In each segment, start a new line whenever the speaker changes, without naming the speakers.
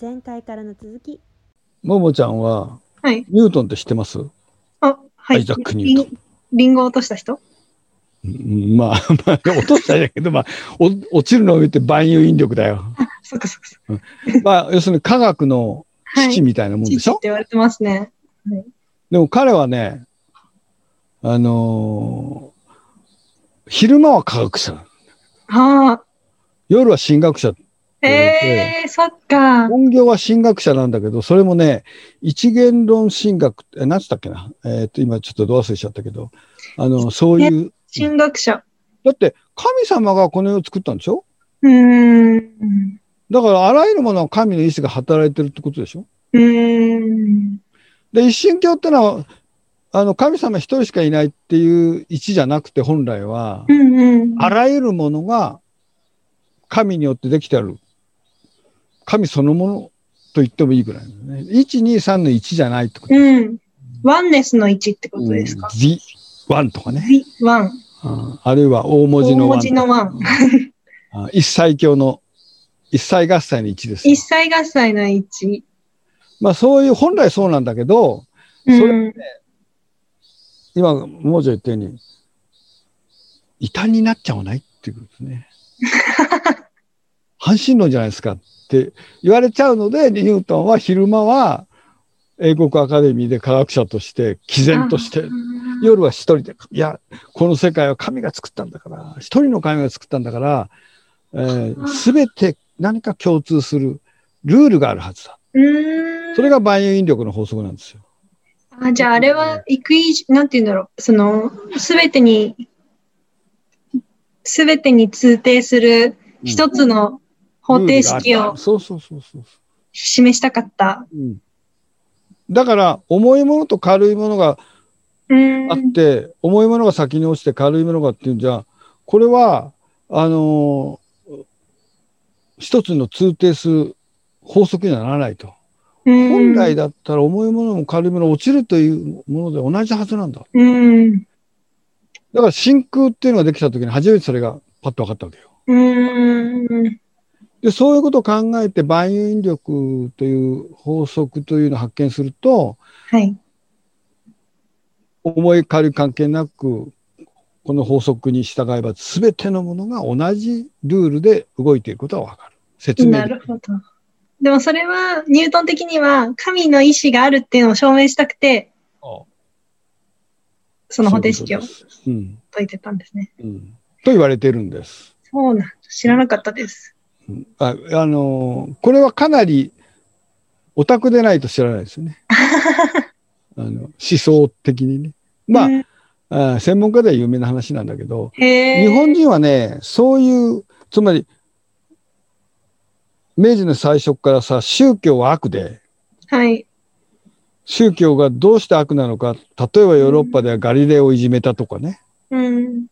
前回からの続き
ももちゃんは、
はい。
ニュートンって知ってます、う
あ、は
ア
い。
イザックニュートン
リンリンゴを落とした人
んまあ、まあ、落としたんだけど、まあ、お落ちるのを見て万有引力だよ。
そっかそっかそっか。
まあ、要するに科学の
はい。
父みたいなもんでし
父
ょ、
って言われてますね。
でも彼はね、あのー昼間は科学者、
あ
夜は神学者、
あ。ええー、そっか。
本業は神学者なんだけど、それもね、一元論神学って、えなんつったっけなえーっと、今ちょっとど忘れしちゃったけど、あの、そういう、
進学者。
だって神様がこの世を作ったんでしょ
うーん。
だからあらゆるものは神の意志が働いてるってことでしょ
うーん。
で、一神教ってのは、あの、神様一人しかいないっていう位置じゃなくて、本来は
う、んうん。
あらゆるものが神によってできてある。神そのものと言ってもいいぐらいだね。1、2、3の1じゃないってこと。
うん。ワンネスの1ってことですか。
The、1とかね。
ビワン。
うんあるいは大文字
大
の
文
1
字のワン。
あ一切教の、一切合切の1ですよ
一。切合切の1。
まあそういう、本来そうなんだけど、それ
うん。
今、もうちょい言ったように、異端になっちゃわないっていうことです ね。半身論じゃないですかって言われちゃうので、ニュートンは昼間は英国アカデミーで科学者として、毅然として、夜は一人で、いや、この世界は神が作ったんだから、一人の神が作ったんだから、す、え
あ
ー、べ、て何か共通するルールがあるはずだ。
うーん。
それが万有引力の法則なんですよ。
あじゃああれは、イクイジ、なんて言うんだろう、その、すべてに、すべてに通底する一つの方程式
ルールがあ
を
るそうそうそうそうそう。
示したかった。
だから重いものと軽いものが
うーん。
あって、重いものが先に落ちて軽いものがっていうんじゃこれはあのー一つの通底する法則にはならないと。
本
本来だったら重いものも軽いものも落ちるというもので同じはずなんだ。
うん。
だから真空っていうのができた時に初めてそれがパッと分かったわけよ。
うーん。
でそういうことを考えて万有引力という法則というのを発見すると、
はい。
思い軽い関係なく、この法則に従えば、すべてのものが同じルールで動いていることがわかる。説明
なるほど。でもそれは、ニュートン的には、神の意志があるっていうのを証明したくて、その方程式を
そういうことですうん。
解いてたんですね。
うん。と言われてるんです。
そうなんだ知らなかったです。
うんあ、あのーこれはかなりオタクでないと知らないですよ ね。あの思想的にね。まあ、
うん
あー専門家では有名な話なんだけど、
へー
日本人はね、そういう、つまり、明治の最初からさ、宗教は悪で、
はい。
宗教がどうして悪なのか、例えばヨーロッパではガリレオをいじめたとかね、
うん。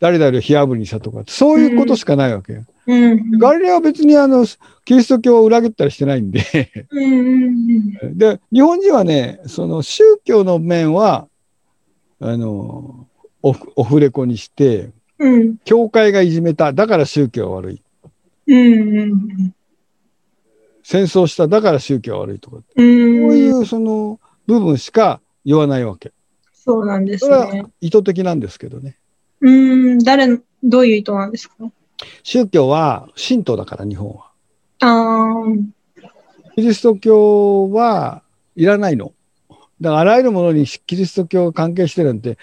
誰々を火あぶりにしたとか、そういうことしかないわけよ。
うん。
ガリレオは別にあの、キリスト教を裏切ったりしてないんで、
うんうん
で、日本人はね、その宗教の面は、あの、オフオフレコにして、
うん。うん。
教会がいじめた、だから宗教は悪い。
うんうん
戦争した、だから宗教は悪いとか、
う
こうい
ん。うん。
うその部分しか言わないわけ。
そうなんです
それは
ね。
意図的なんですけどね。
うん。誰の、どういう意図なんですか
宗教は神道だから、日本は。
あー
キリスト教はいらないの。だからあらゆるものにキリスト教が関係してるなんて、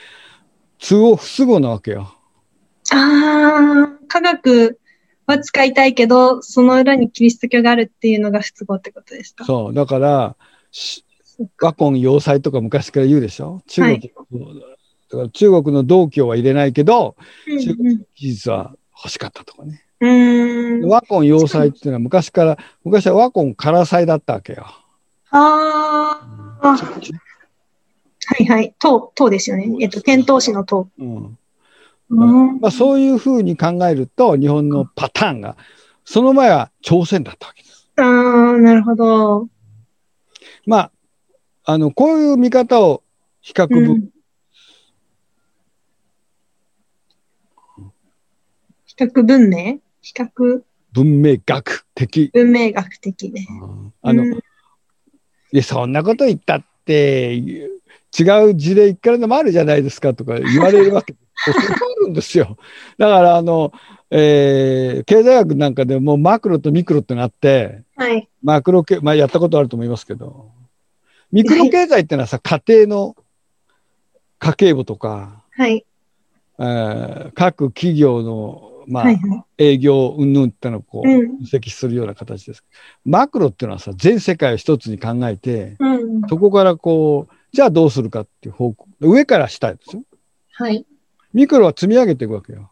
通を不都合なわけよ。
あー。科学は使いたいけど、その裏にキリスト教があるっていうのが不都合ってことですか
そう。だから、し
そっ
和魂要塞とか昔から言うでしょ中国、
はい
だから中国の道教は入れないけど、
うん
中
うん
技術は欲しかったとかね。
うん。
和魂要塞っていうのは昔から、昔は和魂唐祭だったわけよ。
ああ。はいはい。塔、塔ですよね
塔。です
えっと、天灯師の塔。
うん
うん
まあ、そういうふうに考えると、日本のパターンが、その前は朝鮮だったわけです。
ああ、なるほど。
まあ、あの、こういう見方を比較
う
文、
ん比較文明比較
文明学的。
文明学的ね。
あの、
うん
いや、そんなこと言ったって、違う事例いくらでもあるじゃないですかとか言われるわけ。恐れあるんですよ。だから、あの、えー経済学なんかでもマクロとミクロってのがあって、
はい。
マクロ系、まあやったことあると思いますけど、ミクロ経済ってのはさ、家庭の家計簿とか、
はい。
えー各企業の、まあ、
はい。は
営業云々ってのをこう、
い。うん。
分析するような形です。マクロっていうのはさ、全世界を一つに考えて、
うん。
そこからこう、じゃあどうするかっていう方向、上から下へですよ。
はい。
ミクロは積み上げていくわけよ。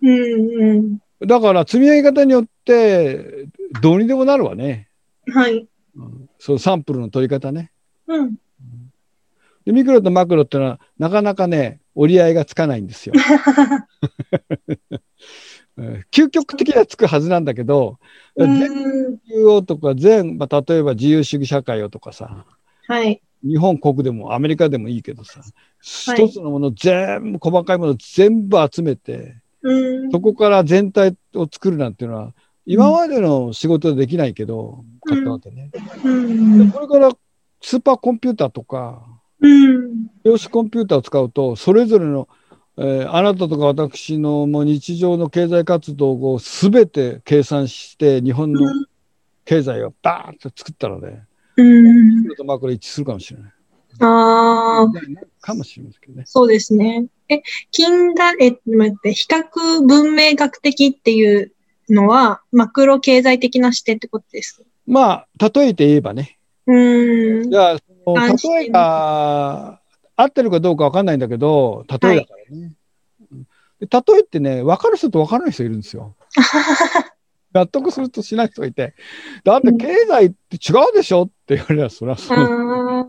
うん。
だから積み上げ方によって、どうにでもなるわね。
うん。はい。
うんそのサンプルの取り方ね。
うん。
でミクロとマクロっていうのは、なかなかね、折り合いがつかないん ですよ。うん究極的にはつくはずなんだけど、全
うん。
中央とか全、まあ、例えば自由主義社会をとかさ、
はい。
日本国でもアメリカでもいいけどさ、
い
一つのもの全部細かいもの全部集めて
うん。
そこから全体を作るなんていうのは今までの仕事でできないけど、
うん
買ったわけね、
うん。
これからスーパーコンピューターとか
うん。
量子コンピューターを使うとそれぞれの、えーあなたとか私のもう日常の経済活動を全て計算して日本の経済をバーッと作ったらね、
うん。
まあこれ一致するかもしれない。
ああ、
かもしれませんけどね。
そうですね。え、近代、え、待って、比較文明学的っていうのは、マクロ経済的な視点ってことです。
まあ、例えて言えばね。
うーん。
じゃあ、その
関して
例えが合ってるかどうかわかんないんだけど、例えだからね。うんで例えってね、分かる人と分からない人いるんです よ。納得するとしない人がいて。だって経済って違うでしょって言われたら、そりゃそう。
ああ、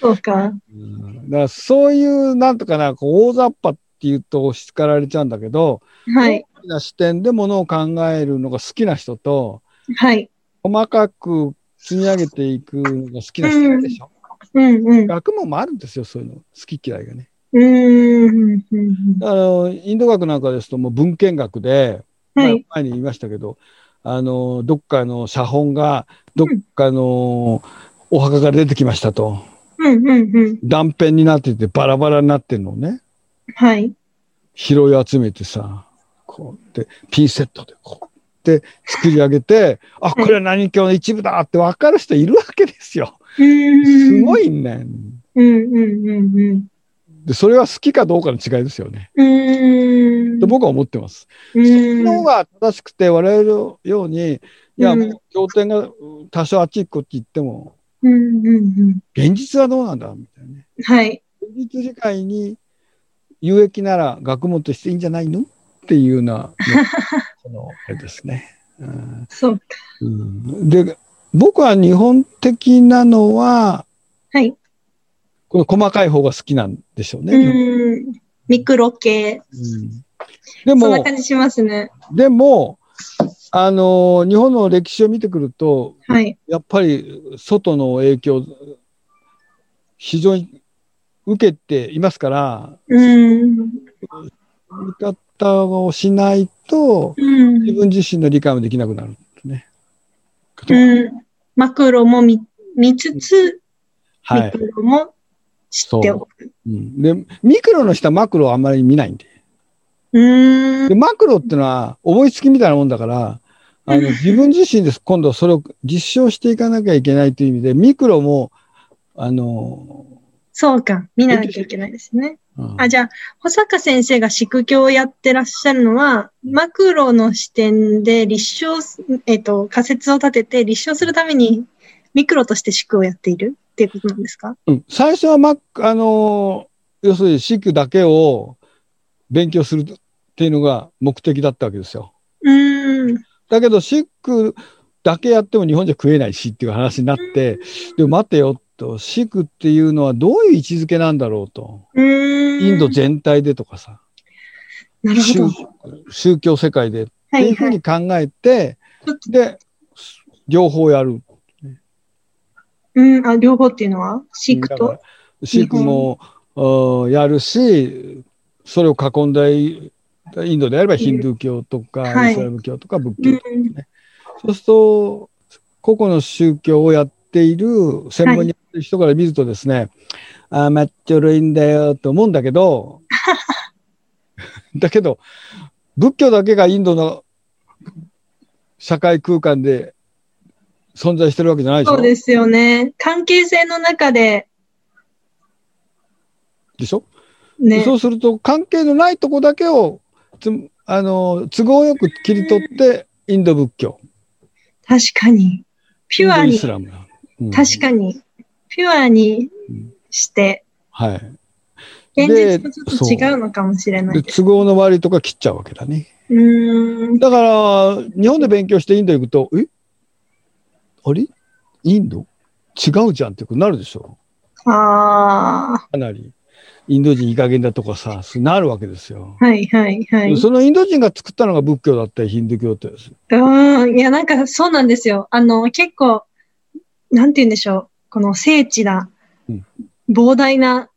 そうか。
うんだからそういう、なんとかな、こう大雑把って言うと叱られちゃうんだけど、
はい。
大きな視点でものを考えるのが好きな人と、
はい。
細かく積み上げていくのが好きな人いるでしょ。
うんうん。
学問もあるんですよ、そういうの。好き嫌いがね。
うーん。うんうん
あの、インド学なんかですと、もう文献学で、
は
ま
い。
あ前に言いましたけど、あの、どっかの写本が、どっかのお墓から出てきましたと。
うんうんうん。
断片になってて、バラバラになってるのをね、
はい。
拾い集めてさ、こうで、ピンセットでこう。で作り上げて、あ、これは何教の一部だって分かる人いるわけですよ。
うーん。
すご
い。
いね。
うんうんうんうん。
で、それは好きかどうかの違いですよね。
うーん。
と僕は思ってます。
うーん
の方が正しくて、我々のように、いや、
うん
もう経典がうん多少あっちこっち行っても、
うんうんうん。
現実はどうなんだみたいなね。
はい。
現実理解に有益なら学問としていいんじゃないのっていうような、 ねこのあれですね。うん
そうか。
うんで、僕は日本的なのは、
はい。
この細かい方が好きなんでしょう
う
ね。
ーん。ミクロ系。
うんで
そん
も
な、感じしますね。
でも、あの日本の歴史を見てくると、
はい。
やっぱり外の影響、非常に受けていますから、
うーん。
見方をしないと、
うん
自分自身の理解もできなくなるんですね。
うん。マクロも見見つつ、
は
ミ
い。
クロも知っておく。
うんで、ミクロの人はマクロをあんまり見ないんで。
うーん
で、。マクロってのは思いつきみたいなもんだから、あの自分自身です。今度それを実証していかなきゃいけないという意味で、ミクロも、あの、
そうか。見なきゃいけないですね。
うん
あ、じゃあ、保坂先生が宿教をやってらっしゃるのは、マクロの視点で立証す、えっ、と、仮説を立てて立証するために、ミクロとして宿をやっているっていうことなんですか
うん、最初はマック、あのー要するに四だけを勉強するっていうのが目的だったわけですよ。
うーん。
だけど四だけやっても日本じゃ食えないしっていう話になって、でも待てよと、四苦っていうのはどういう位置づけなんだろうと。
うーん。
インド全体でとかさ、
なるほ
宗
ど。
宗教世界でっ
は
てい
いう
ふう
はい。
に考えて、で、両方やる。
うん、あ、両方っていうのはシーク
だか
と
ら。シークもうんやるし、それを囲んでインドであればヒンドゥー教とか、
はい
イスラム教とか仏
う
教とか。
ん。
そうすると、個々の宗教をやっている、専門にやってる人から見るとですね、ああ、マッチョルいんだよと思うんだけど、 だけど、仏教だけがインドの社会空間で存在してるわけじゃないでし
そ
ょ
うですよね。関係性の中で、
でしょ
ね。
そうすると関係のないとこだけをつあの都合よく切り取ってインド仏教
確かに。ピュア
インドイ
に
ス、ラムだ、うん
確かに。ピュアにして、
はい
現
で
実とちょっと違うのかもしれない
で
です。
都合の悪いとこは切っちゃうわけだね
うーん。
だから日本で勉強してインド行くとえあれインド違うじゃんってことになるでしょ
あ
かなりインド人いい加減だとかさそうなるわけですよ、
あ。はいはいはい。
そのインド人が作ったのが仏教だったりヒンドゥー教って
うーん。いや、なんかそうなんですよ。あの、結構、なんて言うんでしょう。この聖地だ
うん、
膨大な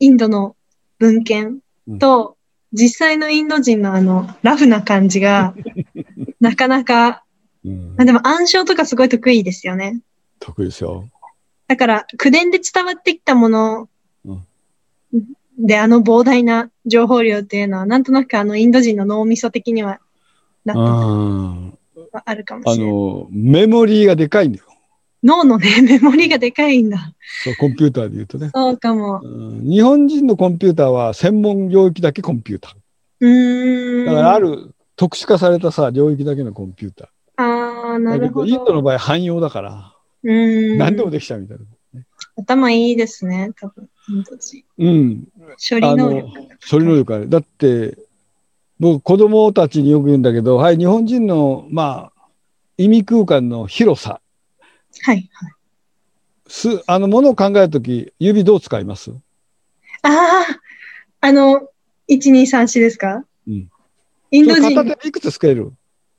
インドの文献と、実際のインド人のあの、ラフな感じ が、なかなか、
うん
まあ、でも暗唱とかすごい得意ですよね。
得意ですよ
だから、口伝で伝わってきたもの
うん
で、あの膨大な情報量っていうのは、なんとなくあのインド人の脳みそ的には納得
うん
はあるかも
あ
しれない。
の、メモリーがでかいんだよ。
脳のね、メモリがでかいんだ。
そうコンピューターで言うとね。
そうかも。
うん日本人のコンピューターは専門領域だけコンピュータ
うー
ー。
ん。
だからある特殊化されたさ、領域だけのコンピュータ
あー
ー。
な
だけ
るほ
ど、インド
ど。
の場合汎用だから、
うーん。
何でもできちゃうみたいな。
頭いいですね、多分、インド人。
うん。
処理
あ
能
の
力。、
処理能力ある。だって、僕、子供たちによく言うんだけど、はい、日本人の、まあ、意味空間の広さ。
はい。
す、あの、ものを考えるとき、指どう使います
ああ、あの、1、2、3、4ですか
うん。
インド
それ
人
片手でいくつ使える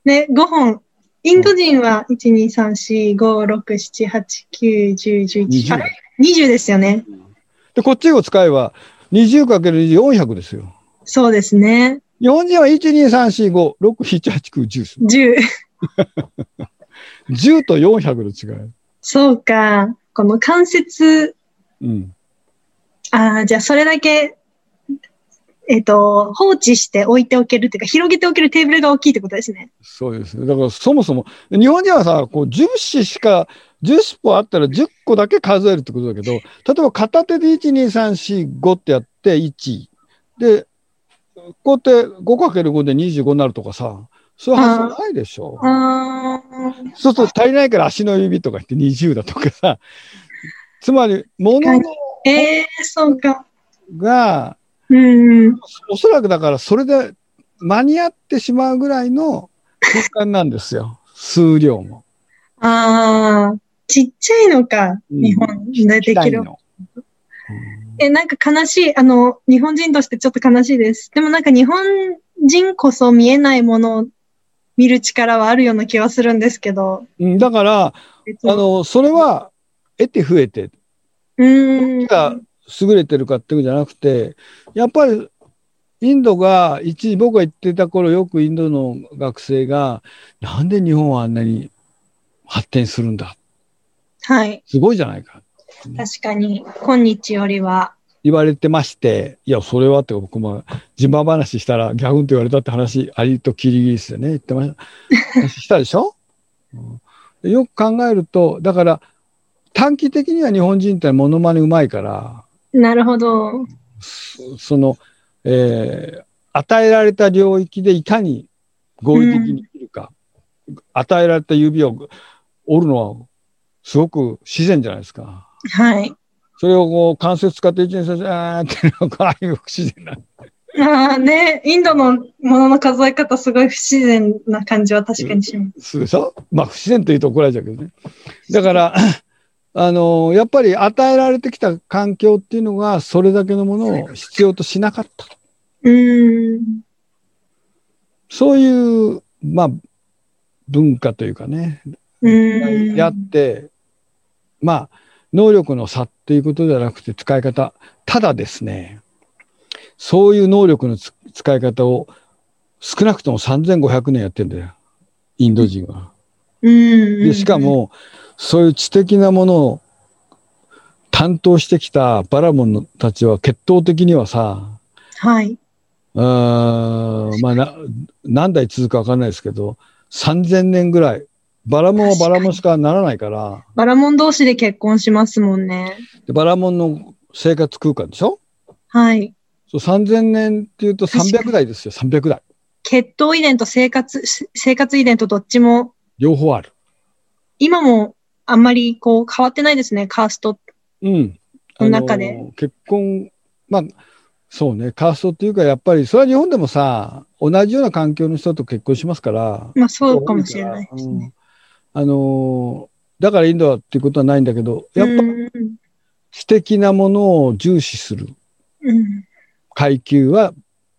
ね、5本。インド人は、1、2、3、4、5、6、7、8、9、10、11、
20
あれ20ですよね。
で、こっちを使えば、20×20、400ですよ。
そうですね。
日本人は1、2、3、4、5、6、7、8、9、10です。
10。
10と400の違い。
そうか。この関節、
うん。
ああ、じゃあそれだけ、えっ、と、放置して置いておけるっていうか、広げておけるテーブルが大きいってことですね。
そうですね。だから、そもそも、日本人はさ、こう、10子しか、10歩あったら10個だけ数えるってことだけど、例えば片手で1、2、3、4、5ってやって、1。で、こうやって 5×5 で25になるとかさ、そういう発想ないでしょ。
ああ、
そうすると足りないから足の指とか言って20だとかさ、つまり、ものの
ええそうか。
が、
うんうん。
おそらくだからそれで間に合ってしまうぐらいの空間なんですよ。数量も。
ああ、ちっちゃいのか、
うん
日本ででき
機械
る
のうん
え、なんか悲しい。あの、日本人としてちょっと悲しいです。でもなんか日本人こそ見えないものを見る力はあるような気はするんですけど。
うんだから、あ
別に
の、それは得て増えて、
うーん。
が優れてるかっていうんじゃなくて、やっぱりインドが一時僕が言ってた頃よくインドの学生が、なんで日本はあんなに発展するんだ。
はい。
すごいじゃないか。
確かに、今日よりは。
言われてまして、いや、それはって僕も自慢話したらギャフンと言われたって話、アリとキリギリスでね、言ってました。話したでしょ、うんでよく考えると、だから短期的には日本人ってモノマネうまいから、
なるほど。
そその、えー与えられた領域でいかに合理的に生きるか、与えられた指を折るのはすごく自然じゃないですか。
はい。
それをこう関節使って一年先生、あーっていうのが、ああいう不自然な
ああね、インドのものの数え方すごい不自然な感じは確かにします。
そうでしょまあ不自然というと怒られちゃうけどね。だから、あのやっぱり与えられてきた環境っていうのが、それだけのものを必要としなかった。
うーん。
そういう、まあ、文化というかね、
うーん。
やって、まあ、能力の差っていうことではなくて使い方。ただですね、そういう能力のつ使い方を少なくとも3500年やってんだよ。インド人は。
うん。
で、しか、も、そういう知的なものを担当してきたバラモンたちは血統的にはさ、
はい。
うーん、まあな、何代続くかわかんないですけど、3000年ぐらい。バラモンはバラモンしかならないから、
バラモン同士で結婚しますもんね。
でバラモンの生活空間でしょ
はい。
そう ?3000 年っていうと300代ですよ、300代。
血統遺伝と生活、し生活遺伝とどっちも、
両方ある。
今もあんまりこう変わってないですね、カースト。
うん。
この中で
あの結婚、まあ、そうね、カーストっていうか、やっぱり、それは日本でもさ、同じような環境の人と結婚しますから。
まあそうかもしれないです
う
ね。
んあの、だからインドはっていうことはないんだけど、やっぱ
うん
知的なものを重視する
うん。
階級は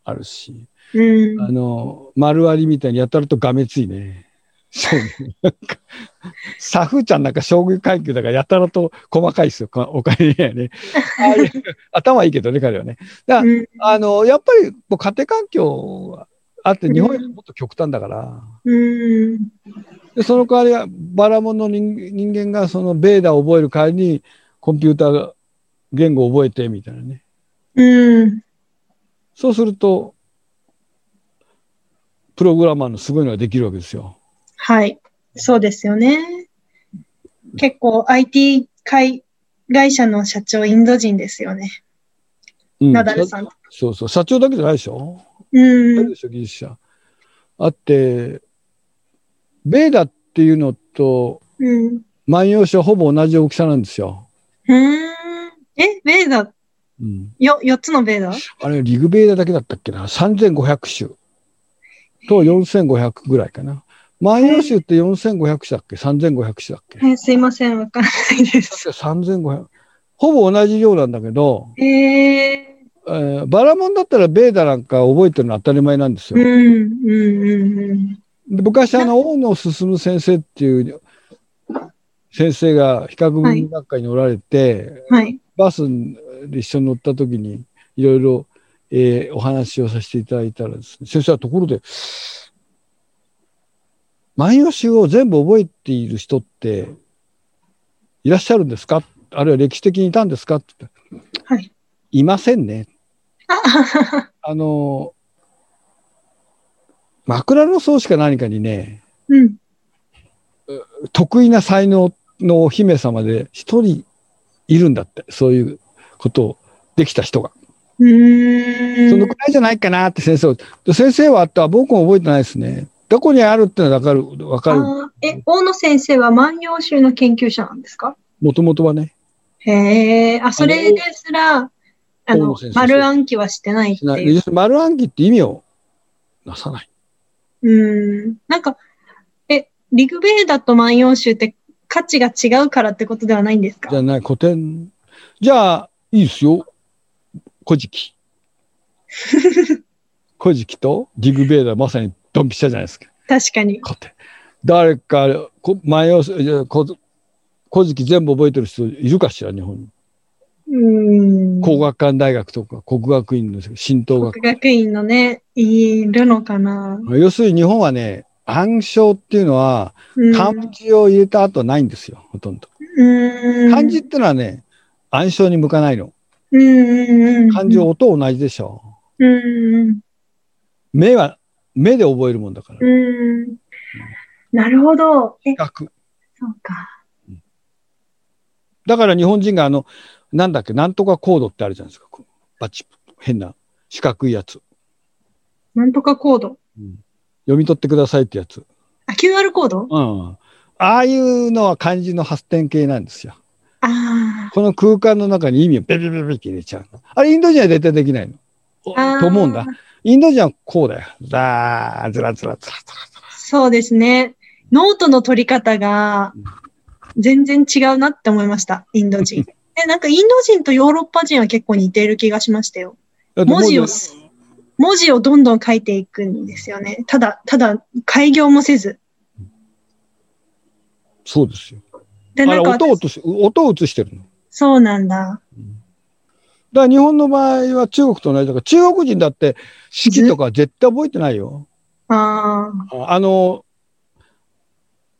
あるし、
うん。
あの、丸割りみたいにやたらとがめついね。そうね。なんかサフーちゃんなんか将軍階級だからやたらと細かいですよ。こお金にはね。ああいう頭いいけどね、彼はね。
うん
あの、やっぱりもう家庭環境があって、日本よりもっと極端だから。
うん。
で、その代わりは、バラモンの人人間がそのベーダを覚える代わりに、コンピューター言語を覚えて、みたいなね。
うん。
そうすると、プログラマーのすごいのができるわけですよ。
はい。そうですよね。結構 IT 会会社の社長、インド人ですよね。
うん、
ナダルさん。
そうそう。社長だけじゃないでしょ
う
あ
ん
る。でしょ、技術者。あって、ベーダっていうのと、
うん。
万葉集はほぼ同じ大きさなんですよ。
うん。え、ベーダ、
うん。
よ、4つのベーダ
あれ、リグベーダだけだったっけな ?3500 種と4500ぐらいかな。万葉集って4500種だっけ ?3500 種だっけ
え、すいません、わかんないです。
確か3500。ほぼ同じ量なんだけど、
ええ
えーバラモンだったらベーダなんか覚えてるの当たり前なんです
うん、
よ。
うん、うん、うん。
で昔あの、大野進先生っていう先生が比較文学会におられて、
はい。
バスで一緒に乗った時にいろいろ、えーお話をさせていただいたらですね、先生はところで、万葉集を全部覚えている人っていらっしゃるんですかあるいは歴史的にいたんですかって言ったら
はい。
いませんね。
あ
あの、枕草子か何かにね、
うん。
得意な才能のお姫様で一人いるんだって、そういうことをできた人が。
うーん。
そのくらいじゃないかなって先生を。で先生はあった僕も覚えてないですね。どこにあるってのはわかる、わかる。
あーえ、大野先生は万葉集の研究者なんですか
もともとはね。
へえ、あ、それですら、あ
大
の
野先、生
丸暗記はしてないって
しない
いう。
要するに丸暗記って意味をなさない。
うん。なんか、え、リグベーダと万葉集って価値が違うからってことではないんです
じ
か
ゃない、古典。じゃあ、いいですよ。古事 記。古事記とディグベーダーまさにドンピシャじゃないですか。
確かに。
古典。誰か、こ前を、いやこ古事記全部覚えてる人いるかしら、日本に。
うん。
工学館大学とか、国学院の神道学
国学院のね、いるのかな。
要するに日本はね、暗証っていうのは、
うん
漢字を入れた後ないんですよ、ほとんど。
うん
漢字ってのはね、暗証に向かないの。
うんうんうん。
漢字は音同じでしょ。
うん
目は、目で覚えるもんだから。
うん。うん。なるほど。え
比、較
そうか。
だから日本人があの、なんだっけ、なんとかコードってあるじゃないですか。こうバチッ、変な、四角いやつ、
なんとかコード。
読み取ってくださいってやつ。
あ、QR コード
うん。ああいうのは漢字の発展系なんですよ。
あ
この空間の中に意味をベビビビって入れちゃうの。あれインド人は絶対できないの。お
あ。
と思うんだ
あ。ー。
インド人はこうだよ。ザー、ずらずらずらずら。
そうですね。ノートの取り方が全然違うなって思いました。インド 人。え、なんかインド人とヨーロッパ人は結構似ている気がしましたよ。
だってもう
文字を、文字をどんどん書いていくんですよね。ただ、ただ、開業もせず。
そうですよ。
で、
あ
な
れ
んか
音を
私、
映し、音を映してるの。
そうなんだ。
だから日本の場合は中国と同じだから、中国人だって式とか絶対覚えてないよ。
ああ。
あの、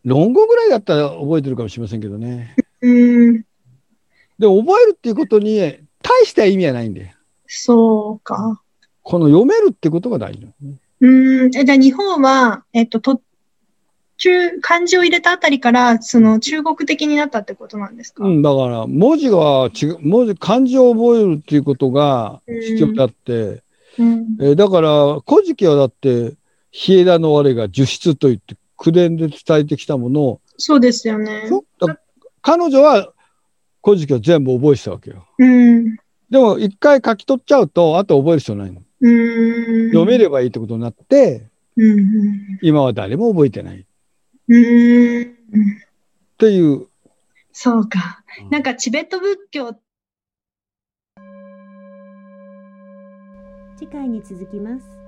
論語ぐらいだったら覚えてるかもしれませんけどね。
うん。
で、覚えるっていうことに大した意味はないんで、
そうか。
この読めるってことが大事なのね。
うん。え、じゃあ日本は、えっと、と、中、漢字を入れたあたりから、その中国的になったってことなんですか
うん、だから、文字が違う、文字、漢字を覚えるっていうことが必要だって、
うん。
えーだから、古事記はだって、比枝の我が樹筆といって、口伝で伝えてきたものを、
そうですよね。
だ彼女は古事記を全部覚えてたわけよ。
うん。
でも、一回書き取っちゃうと、あと覚える人ないの。
うん。
読めればいいってことになって、
うん。うん
今は誰も覚えてないっ
うん。
ていう。
そうか
うん。
なんかチベット仏教って
次回に続きます